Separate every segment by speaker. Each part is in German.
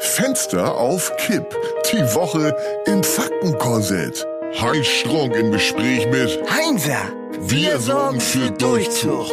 Speaker 1: Fenster auf Kipp. Die Woche im Faktenkorsett. Heinz Strunk im Gespräch mit
Speaker 2: Heinzer,
Speaker 1: Wir sorgen für Durchzug.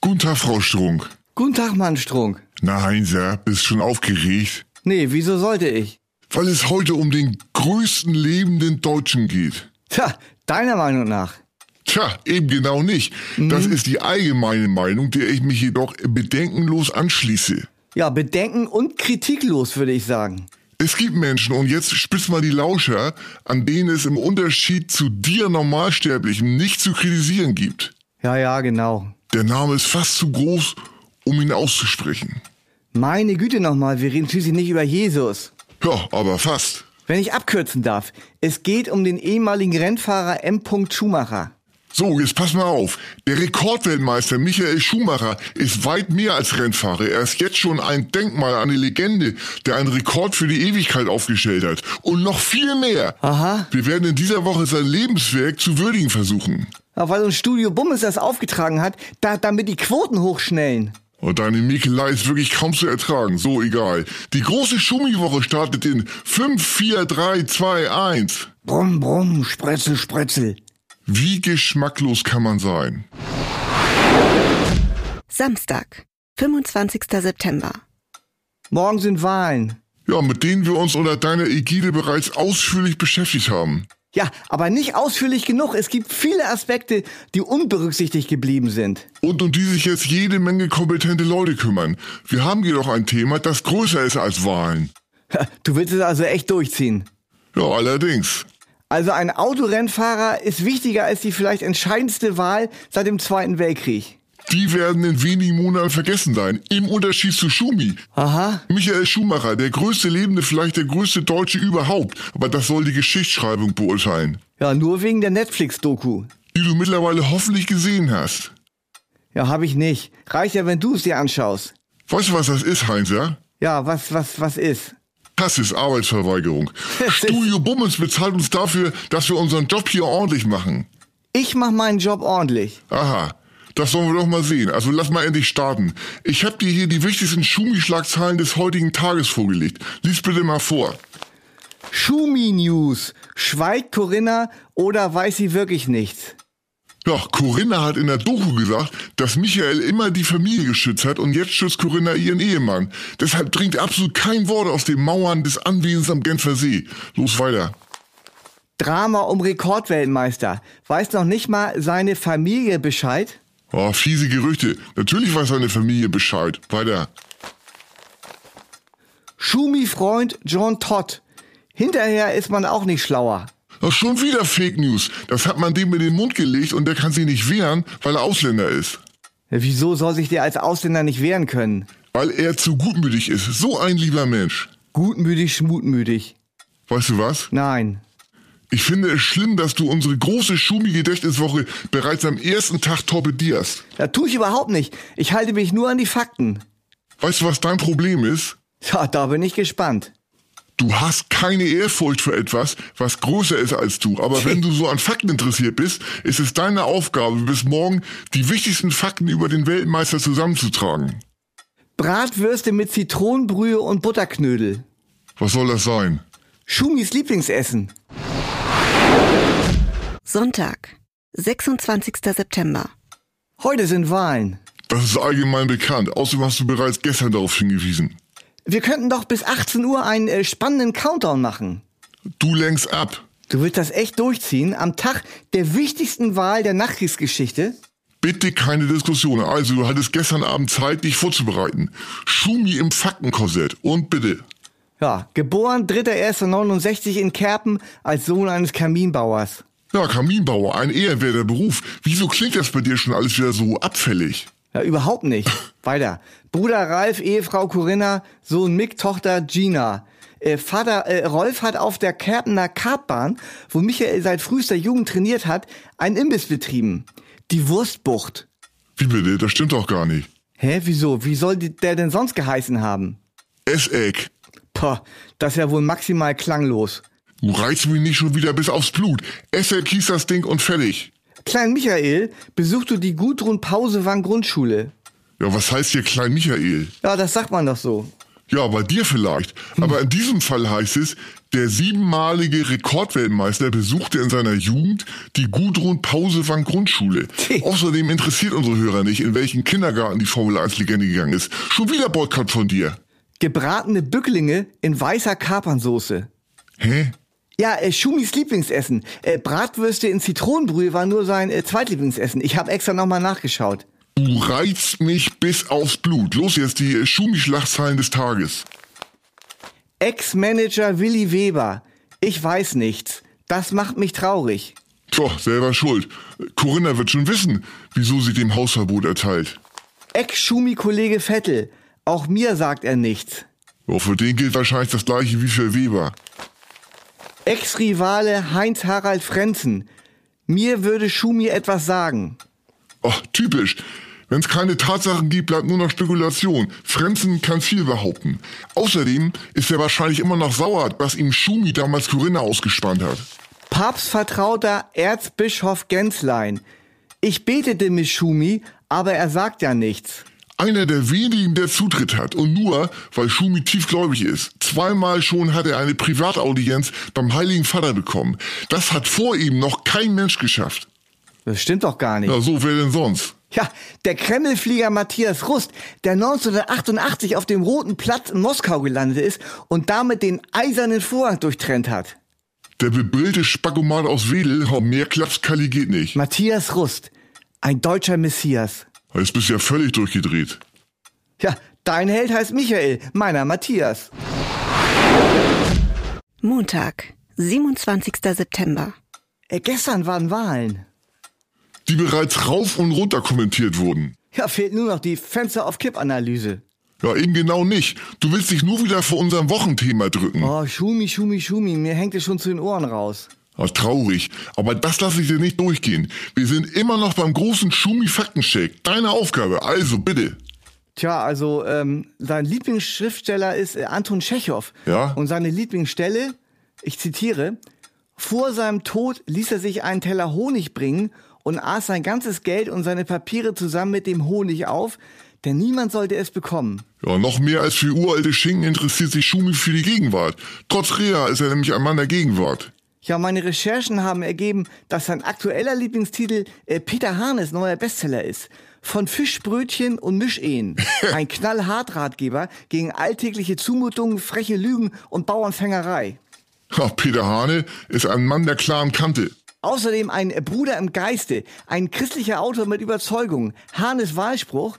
Speaker 1: Guten Tag, Frau Strunk.
Speaker 2: Guten Tag, Mann Strunk.
Speaker 1: Na, Heinzer, bist schon aufgeregt?
Speaker 2: Nee, wieso sollte ich?
Speaker 1: Weil es heute um den größten lebenden Deutschen geht.
Speaker 2: Tja, deiner Meinung nach.
Speaker 1: Tja, eben genau nicht. Das ist die allgemeine Meinung, der ich mich jedoch bedenkenlos anschließe.
Speaker 2: Ja, bedenken und kritiklos, würde ich sagen.
Speaker 1: Es gibt Menschen, und jetzt spitz mal die Lauscher, an denen es im Unterschied zu dir Normalsterblichen nicht zu kritisieren gibt.
Speaker 2: Ja, ja, genau.
Speaker 1: Der Name ist fast zu groß, um ihn auszusprechen.
Speaker 2: Meine Güte nochmal, wir reden schließlich nicht über Jesus.
Speaker 1: Ja, aber fast.
Speaker 2: Wenn ich abkürzen darf, es geht um den ehemaligen Rennfahrer M. Schumacher.
Speaker 1: So, jetzt pass mal auf. Der Rekordweltmeister Michael Schumacher ist weit mehr als Rennfahrer. Er ist jetzt schon ein Denkmal, eine Legende, der einen Rekord für die Ewigkeit aufgestellt hat. Und noch viel mehr.
Speaker 2: Aha.
Speaker 1: Wir werden in dieser Woche sein Lebenswerk zu würdigen versuchen.
Speaker 2: Ja, weil uns Studio Bummes das aufgetragen hat, da, damit die Quoten hochschnellen.
Speaker 1: Und deine Mikelei ist wirklich kaum zu ertragen. So egal. Die große Schumi-Woche startet in 5, 4, 3, 2, 1.
Speaker 2: Brumm, brumm, spretzel, spretzel.
Speaker 1: Wie geschmacklos kann man sein?
Speaker 3: Samstag, 25. September.
Speaker 2: Morgen sind Wahlen.
Speaker 1: Ja, mit denen wir uns unter deiner Ägide bereits ausführlich beschäftigt haben.
Speaker 2: Ja, aber nicht ausführlich genug. Es gibt viele Aspekte, die unberücksichtigt geblieben sind.
Speaker 1: Und um die sich jetzt jede Menge kompetente Leute kümmern. Wir haben jedoch ein Thema, das größer ist als Wahlen.
Speaker 2: Du willst es also echt durchziehen.
Speaker 1: Ja, allerdings.
Speaker 2: Also ein Autorennfahrer ist wichtiger als die vielleicht entscheidendste Wahl seit dem Zweiten Weltkrieg.
Speaker 1: Die werden in wenigen Monaten vergessen sein. Im Unterschied zu Schumi.
Speaker 2: Aha.
Speaker 1: Michael Schumacher, der größte Lebende, vielleicht der größte Deutsche überhaupt. Aber das soll die Geschichtsschreibung beurteilen.
Speaker 2: Ja, nur wegen der Netflix-Doku.
Speaker 1: Die du mittlerweile hoffentlich gesehen hast.
Speaker 2: Ja, hab ich nicht. Reicht ja, wenn du es dir anschaust.
Speaker 1: Weißt du, was das ist, Heinzer?
Speaker 2: Ja, was, was, was ist?
Speaker 1: Das ist Arbeitsverweigerung. Studio Bummens bezahlt uns dafür, dass wir unseren Job hier ordentlich machen.
Speaker 2: Ich mach meinen Job ordentlich.
Speaker 1: Aha, das sollen wir doch mal sehen. Also lass mal endlich starten. Ich habe dir hier die wichtigsten Schumi-Schlagzeilen des heutigen Tages vorgelegt. Lies bitte mal vor.
Speaker 2: Schumi News. Schweigt Corinna oder weiß sie wirklich nichts?
Speaker 1: Ja, Corinna hat in der Doku gesagt, dass Michael immer die Familie geschützt hat und jetzt schützt Corinna ihren Ehemann. Deshalb dringt absolut kein Wort aus den Mauern des Anwesens am Genfer See. Los weiter.
Speaker 2: Drama um Rekordweltmeister. Weiß noch nicht mal seine Familie Bescheid?
Speaker 1: Oh, fiese Gerüchte. Natürlich weiß seine Familie Bescheid. Weiter.
Speaker 2: Schumi-Freund John Todd. Hinterher ist man auch nicht schlauer.
Speaker 1: Oh, schon wieder Fake News. Das hat man dem in den Mund gelegt und der kann sich nicht wehren, weil er Ausländer ist.
Speaker 2: Wieso soll sich der als Ausländer nicht wehren können?
Speaker 1: Weil er zu gutmütig ist. So ein lieber Mensch.
Speaker 2: Gutmütig, schmutmütig.
Speaker 1: Weißt du was?
Speaker 2: Nein.
Speaker 1: Ich finde es schlimm, dass du unsere große Schumi-Gedächtniswoche bereits am ersten Tag torpedierst.
Speaker 2: Das tue ich überhaupt nicht. Ich halte mich nur an die Fakten.
Speaker 1: Weißt du, was dein Problem ist?
Speaker 2: Ja, da bin ich gespannt.
Speaker 1: Du hast keine Ehrfurcht für etwas, was größer ist als du. Aber wenn du so an Fakten interessiert bist, ist es deine Aufgabe, bis morgen die wichtigsten Fakten über den Weltmeister zusammenzutragen.
Speaker 2: Bratwürste mit Zitronenbrühe und Butterknödel.
Speaker 1: Was soll das sein?
Speaker 2: Schumis Lieblingsessen.
Speaker 3: Sonntag, 26. September.
Speaker 2: Heute sind Wahlen.
Speaker 1: Das ist allgemein bekannt. Außerdem hast du bereits gestern darauf hingewiesen.
Speaker 2: Wir könnten doch bis 18 Uhr einen äh, spannenden Countdown machen.
Speaker 1: Du lenkst ab.
Speaker 2: Du willst das echt durchziehen? Am Tag der wichtigsten Wahl der Nachkriegsgeschichte?
Speaker 1: Bitte keine Diskussion. Also, du hattest gestern Abend Zeit, dich vorzubereiten. Schumi im Faktenkorsett. Und bitte.
Speaker 2: Ja, geboren 3.1.69 in Kerpen als Sohn eines Kaminbauers.
Speaker 1: Ja, Kaminbauer, ein ehrenwerter Beruf. Wieso klingt das bei dir schon alles wieder so abfällig?
Speaker 2: Ja, überhaupt nicht. Weiter. Bruder Ralf, Ehefrau Corinna, Sohn Mick, Tochter Gina. Äh, Vater äh, Rolf hat auf der Kerpener Kartbahn, wo Michael seit frühester Jugend trainiert hat, einen Imbiss betrieben. Die Wurstbucht.
Speaker 1: Wie bitte? Das stimmt doch gar nicht.
Speaker 2: Hä, wieso? Wie soll die- der denn sonst geheißen haben?
Speaker 1: Esseck,
Speaker 2: Pah, das ist ja wohl maximal klanglos.
Speaker 1: du reizt mich nicht schon wieder bis aufs Blut. Esseck hieß das Ding und fertig.
Speaker 2: Klein Michael besuchte die Gudrun Pausewang Grundschule.
Speaker 1: Ja, was heißt hier Klein Michael?
Speaker 2: Ja, das sagt man doch so.
Speaker 1: Ja, bei dir vielleicht. Aber in diesem Fall heißt es, der siebenmalige Rekordweltmeister besuchte in seiner Jugend die Gudrun Pausewang Grundschule. Außerdem interessiert unsere Hörer nicht, in welchen Kindergarten die Formel 1 Legende gegangen ist. Schon wieder Boykott von dir.
Speaker 2: Gebratene Bücklinge in weißer Kapernsoße.
Speaker 1: Hä?
Speaker 2: Ja, äh, Schumis Lieblingsessen. Äh, Bratwürste in Zitronenbrühe war nur sein äh, Zweitlieblingsessen. Ich habe extra nochmal nachgeschaut.
Speaker 1: Du reizt mich bis aufs Blut. Los jetzt die äh, Schumi-Schlagzeilen des Tages.
Speaker 2: Ex-Manager Willi Weber. Ich weiß nichts. Das macht mich traurig.
Speaker 1: Doch, selber schuld. Corinna wird schon wissen, wieso sie dem Hausverbot erteilt.
Speaker 2: Ex-Schumi-Kollege Vettel. Auch mir sagt er nichts.
Speaker 1: Ja, für den gilt wahrscheinlich das gleiche wie für Weber.
Speaker 2: Ex-Rivale Heinz-Harald Frenzen. Mir würde Schumi etwas sagen.
Speaker 1: Ach, typisch. Wenn es keine Tatsachen gibt, bleibt nur noch Spekulation. Frenzen kann viel behaupten. Außerdem ist er wahrscheinlich immer noch sauer, dass ihm Schumi damals Corinna ausgespannt hat.
Speaker 2: Papstvertrauter Erzbischof Genslein. Ich betete mit Schumi, aber er sagt ja nichts.
Speaker 1: Einer der wenigen, der Zutritt hat. Und nur, weil Schumi tiefgläubig ist. Zweimal schon hat er eine Privataudienz beim Heiligen Vater bekommen. Das hat vor ihm noch kein Mensch geschafft.
Speaker 2: Das stimmt doch gar nicht.
Speaker 1: Na, so wer denn sonst?
Speaker 2: Ja, der Kremlflieger Matthias Rust, der 1988 auf dem Roten Platz in Moskau gelandet ist und damit den eisernen Vorhang durchtrennt hat.
Speaker 1: Der bebrillte Spackomat aus Wedel, hau, mehr Klapskalli geht nicht.
Speaker 2: Matthias Rust, ein deutscher Messias.
Speaker 1: Jetzt bist du ja völlig durchgedreht.
Speaker 2: Ja, dein Held heißt Michael, meiner Matthias.
Speaker 3: Montag, 27. September.
Speaker 2: Äh, gestern waren Wahlen.
Speaker 1: Die bereits rauf und runter kommentiert wurden.
Speaker 2: Ja, fehlt nur noch die Fenster auf Kipp-Analyse.
Speaker 1: Ja, eben genau nicht. Du willst dich nur wieder vor unserem Wochenthema drücken.
Speaker 2: Oh, Schumi, Schumi, Schumi, mir hängt es schon zu den Ohren raus.
Speaker 1: Ah, traurig. Aber das lasse ich dir nicht durchgehen. Wir sind immer noch beim großen Schumi-Faktencheck. Deine Aufgabe. Also, bitte.
Speaker 2: Tja, also ähm, sein Lieblingsschriftsteller ist äh, Anton Tschechow.
Speaker 1: Ja.
Speaker 2: Und seine Lieblingsstelle, ich zitiere, vor seinem Tod ließ er sich einen Teller Honig bringen und aß sein ganzes Geld und seine Papiere zusammen mit dem Honig auf, denn niemand sollte es bekommen.
Speaker 1: Ja, noch mehr als für uralte Schinken interessiert sich Schumi für die Gegenwart. Trotz Rea ist er nämlich ein Mann der Gegenwart.
Speaker 2: Ja, meine Recherchen haben ergeben, dass sein aktueller Lieblingstitel äh, Peter Harnes neuer Bestseller ist. Von Fischbrötchen und Mischehen. Ein knallhart Ratgeber gegen alltägliche Zumutungen, freche Lügen und Bauernfängerei.
Speaker 1: Ja, Peter Hane ist ein Mann der klaren Kante.
Speaker 2: Außerdem ein Bruder im Geiste, ein christlicher Autor mit Überzeugung. Harnes Wahlspruch,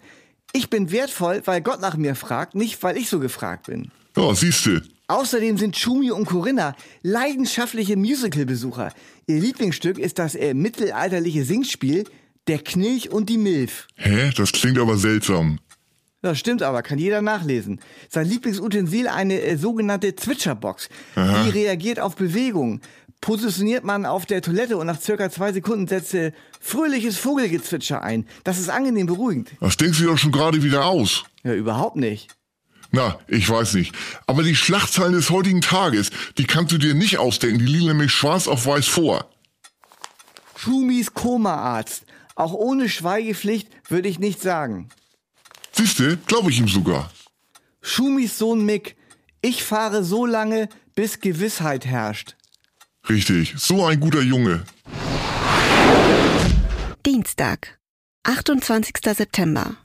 Speaker 2: ich bin wertvoll, weil Gott nach mir fragt, nicht weil ich so gefragt bin.
Speaker 1: Ja, siehste.
Speaker 2: Außerdem sind Schumi und Corinna leidenschaftliche Musical-Besucher. Ihr Lieblingsstück ist das äh, mittelalterliche Singspiel Der Knilch und die Milf.
Speaker 1: Hä? Das klingt aber seltsam.
Speaker 2: Das stimmt aber, kann jeder nachlesen. Sein Lieblingsutensil eine äh, sogenannte Zwitscherbox. Die reagiert auf Bewegung. Positioniert man auf der Toilette und nach circa zwei Sekunden setzt äh, fröhliches Vogelgezwitscher ein. Das ist angenehm beruhigend.
Speaker 1: Das denkst du dir doch schon gerade wieder aus.
Speaker 2: Ja, überhaupt nicht.
Speaker 1: Na, ich weiß nicht. Aber die Schlagzeilen des heutigen Tages, die kannst du dir nicht ausdenken. Die liegen nämlich schwarz auf weiß vor.
Speaker 2: Schumis Komaarzt. Auch ohne Schweigepflicht würde ich nicht sagen.
Speaker 1: Siehste, glaube ich ihm sogar.
Speaker 2: Schumis Sohn Mick. Ich fahre so lange, bis Gewissheit herrscht.
Speaker 1: Richtig, so ein guter Junge.
Speaker 3: Dienstag, 28. September.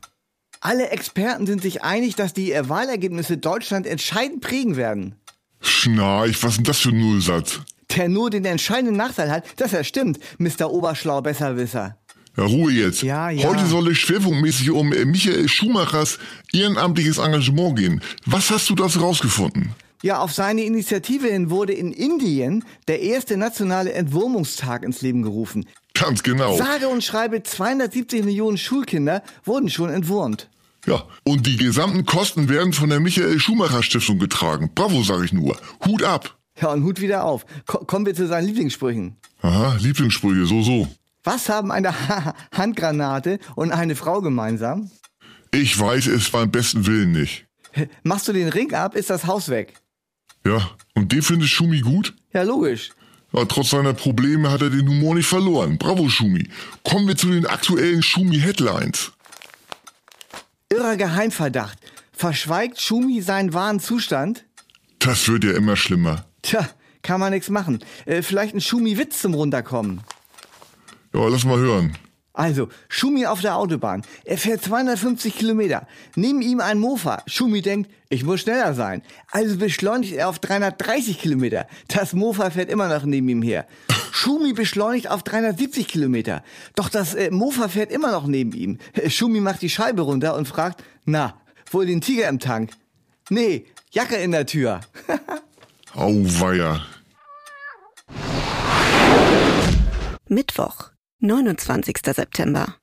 Speaker 2: Alle Experten sind sich einig, dass die äh, Wahlergebnisse Deutschland entscheidend prägen werden.
Speaker 1: Schnarch, was ist denn das für ein Nullsatz?
Speaker 2: Der nur den entscheidenden Nachteil hat, dass er stimmt, Mr. Oberschlau Besserwisser.
Speaker 1: Ja, Ruhe jetzt.
Speaker 2: Ja, ja.
Speaker 1: Heute soll es schwerpunktmäßig um äh, Michael Schumachers ehrenamtliches Engagement gehen. Was hast du das rausgefunden?
Speaker 2: Ja, auf seine Initiative hin wurde in Indien der erste nationale Entwurmungstag ins Leben gerufen.
Speaker 1: Ganz genau.
Speaker 2: Sage und schreibe 270 Millionen Schulkinder wurden schon entwurmt.
Speaker 1: Ja, und die gesamten Kosten werden von der Michael Schumacher Stiftung getragen. Bravo, sage ich nur. Hut ab.
Speaker 2: Ja, und Hut wieder auf. Ko kommen wir zu seinen Lieblingssprüchen.
Speaker 1: Aha, Lieblingssprüche, so, so.
Speaker 2: Was haben eine Handgranate und eine Frau gemeinsam?
Speaker 1: Ich weiß es beim besten Willen nicht.
Speaker 2: Machst du den Ring ab, ist das Haus weg.
Speaker 1: Ja, und den findet Schumi gut?
Speaker 2: Ja, logisch.
Speaker 1: Ja, trotz seiner Probleme hat er den Humor nicht verloren. Bravo, Schumi. Kommen wir zu den aktuellen Schumi-Headlines.
Speaker 2: Irrer Geheimverdacht. Verschweigt Schumi seinen wahren Zustand?
Speaker 1: Das wird ja immer schlimmer.
Speaker 2: Tja, kann man nichts machen. Äh, vielleicht ein Schumi-Witz zum Runterkommen.
Speaker 1: Ja, lass mal hören.
Speaker 2: Also, Schumi auf der Autobahn. Er fährt 250 Kilometer. Neben ihm ein Mofa. Schumi denkt, ich muss schneller sein. Also beschleunigt er auf 330 Kilometer. Das Mofa fährt immer noch neben ihm her. Schumi beschleunigt auf 370 Kilometer. Doch das äh, Mofa fährt immer noch neben ihm. Äh, Schumi macht die Scheibe runter und fragt, na, wohl den Tiger im Tank? Nee, Jacke in der Tür.
Speaker 1: Auweia.
Speaker 3: Mittwoch, 29. September.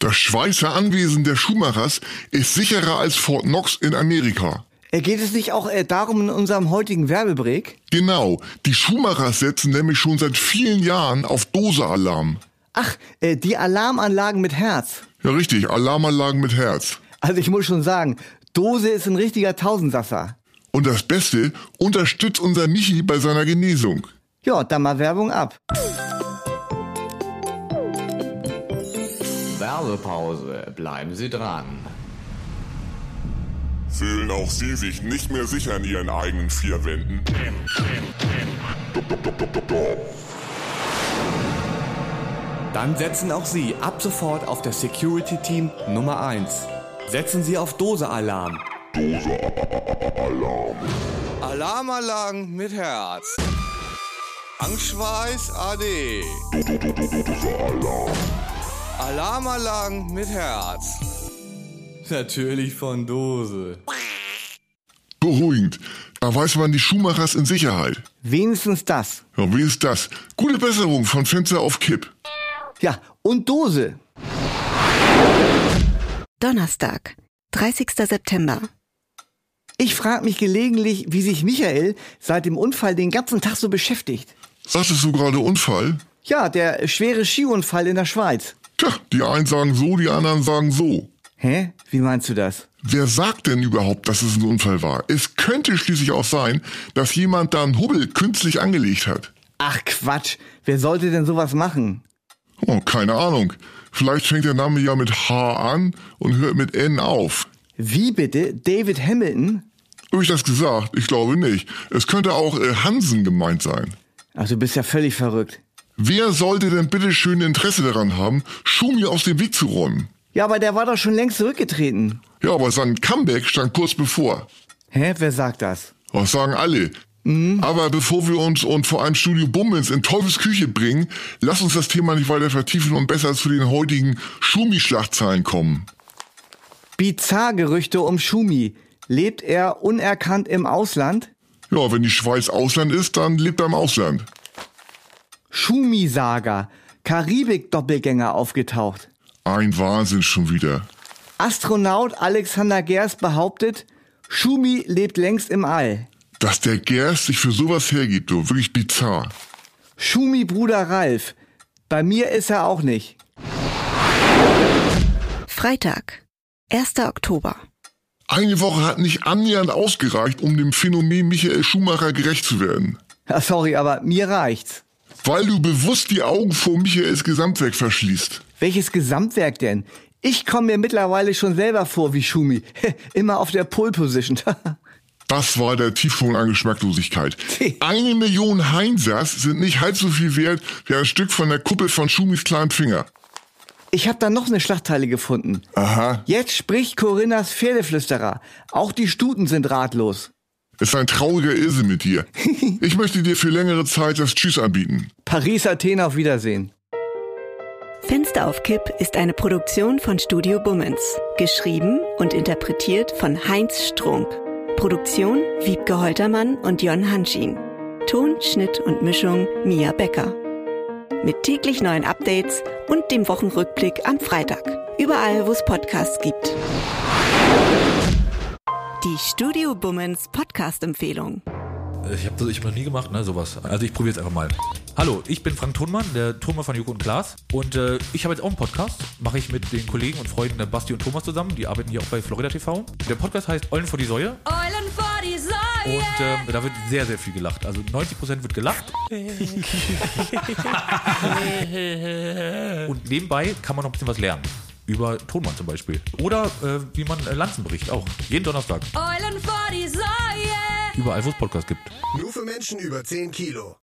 Speaker 1: Das Schweizer Anwesen der Schumachers ist sicherer als Fort Knox in Amerika.
Speaker 2: Äh, Geht es nicht auch äh, darum in unserem heutigen Werbebreak?
Speaker 1: Genau, die Schumachers setzen nämlich schon seit vielen Jahren auf Dose-Alarm.
Speaker 2: Ach, äh, die Alarmanlagen mit Herz.
Speaker 1: Ja richtig, Alarmanlagen mit Herz.
Speaker 2: Also ich muss schon sagen, Dose ist ein richtiger Tausendsasser.
Speaker 1: Und das Beste, unterstützt unser Michi bei seiner Genesung.
Speaker 2: Ja, dann mal Werbung ab.
Speaker 4: Werbepause. Bleiben Sie dran.
Speaker 5: Fühlen auch Sie sich nicht mehr sicher in Ihren eigenen vier Wänden?
Speaker 6: Dann setzen auch Sie ab sofort auf das Security Team Nummer 1. Setzen Sie auf Dose-Alarm.
Speaker 7: Alarmanlagen mit Herz. Angstschweiß AD. Alarmanlagen mit Herz.
Speaker 6: Natürlich von Dose.
Speaker 1: Beruhigend, da weiß man die Schumachers in Sicherheit.
Speaker 2: Wenigstens das.
Speaker 1: Ja, wie ist das? Gute Besserung von Fenster auf Kipp.
Speaker 2: Ja, und Dose.
Speaker 3: Donnerstag, 30. September.
Speaker 2: Ich frage mich gelegentlich, wie sich Michael seit dem Unfall den ganzen Tag so beschäftigt.
Speaker 1: Sagtest du gerade Unfall?
Speaker 2: Ja, der schwere Skiunfall in der Schweiz.
Speaker 1: Tja, die einen sagen so, die anderen sagen so.
Speaker 2: Hä? Wie meinst du das?
Speaker 1: Wer sagt denn überhaupt, dass es ein Unfall war? Es könnte schließlich auch sein, dass jemand da einen Hubbel künstlich angelegt hat.
Speaker 2: Ach Quatsch, wer sollte denn sowas machen?
Speaker 1: Oh, keine Ahnung. Vielleicht fängt der Name ja mit H an und hört mit N auf.
Speaker 2: Wie bitte? David Hamilton?
Speaker 1: Habe ich das gesagt? Ich glaube nicht. Es könnte auch äh, Hansen gemeint sein.
Speaker 2: Ach, Also, du bist ja völlig verrückt.
Speaker 1: Wer sollte denn bitte schön Interesse daran haben, Schumi aus dem Weg zu räumen?
Speaker 2: Ja, aber der war doch schon längst zurückgetreten.
Speaker 1: Ja, aber sein Comeback stand kurz bevor.
Speaker 2: Hä? Wer sagt das?
Speaker 1: Das sagen alle. Aber bevor wir uns und vor allem Studio Bummens in Teufels Küche bringen, lass uns das Thema nicht weiter vertiefen und besser zu den heutigen Schumi-Schlagzeilen kommen.
Speaker 2: Bizarrgerüchte um Schumi. Lebt er unerkannt im Ausland?
Speaker 1: Ja, wenn die Schweiz Ausland ist, dann lebt er im Ausland.
Speaker 2: Schumi-Saga. Karibik-Doppelgänger aufgetaucht.
Speaker 1: Ein Wahnsinn schon wieder.
Speaker 2: Astronaut Alexander Gers behauptet, Schumi lebt längst im All.
Speaker 1: Dass der Gerst sich für sowas hergibt, so wirklich bizarr.
Speaker 2: Schumi Bruder Ralf. Bei mir ist er auch nicht.
Speaker 3: Freitag, 1. Oktober.
Speaker 1: Eine Woche hat nicht annähernd ausgereicht, um dem Phänomen Michael Schumacher gerecht zu werden.
Speaker 2: Ah, Sorry, aber mir reicht's.
Speaker 1: Weil du bewusst die Augen vor Michaels Gesamtwerk verschließt.
Speaker 2: Welches Gesamtwerk denn? Ich komme mir mittlerweile schon selber vor wie Schumi. Immer auf der Pole Position.
Speaker 1: Das war der Tiefpunkt an Geschmacklosigkeit. Eine Million Heinsers sind nicht halb so viel wert wie ein Stück von der Kuppel von Schumis kleinen Finger.
Speaker 2: ich habe da noch eine Schlachtteile gefunden.
Speaker 1: Aha.
Speaker 2: Jetzt spricht Corinnas Pferdeflüsterer. Auch die Stuten sind ratlos.
Speaker 1: Ist ein trauriger Irrsinn mit dir. Ich möchte dir für längere Zeit das Tschüss anbieten.
Speaker 2: Paris, Athen, auf Wiedersehen.
Speaker 3: Fenster auf Kipp ist eine Produktion von Studio Bummens. Geschrieben und interpretiert von Heinz Strunk. Produktion Wiebke Holtermann und Jon Hanschin. Ton, Schnitt und Mischung Mia Becker. Mit täglich neuen Updates und dem Wochenrückblick am Freitag. Überall, wo es Podcasts gibt. Die Studio Bummens Podcast-Empfehlung.
Speaker 8: Ich habe das ich hab noch nie gemacht, ne, sowas. Also ich probiere jetzt einfach mal. Hallo, ich bin Frank Thunmann, der Thunmann von Joko und Klaas. Und äh, ich habe jetzt auch einen Podcast. Mache ich mit den Kollegen und Freunden äh, Basti und Thomas zusammen. Die arbeiten hier auch bei Florida TV. Der Podcast heißt Eulen vor die Säue.
Speaker 9: Eulen vor die
Speaker 8: Und
Speaker 9: Säue.
Speaker 8: ähm, da wird sehr, sehr viel gelacht. Also 90% wird gelacht. und nebenbei kann man noch ein bisschen was lernen. über Tonmann zum Beispiel. Oder äh, wie man äh, Lanzen bricht, auch. Jeden Donnerstag.
Speaker 9: Eulen vor die Säue.
Speaker 8: Überall, wo es Podcasts gibt.
Speaker 10: Nur für Menschen über 10 Kilo.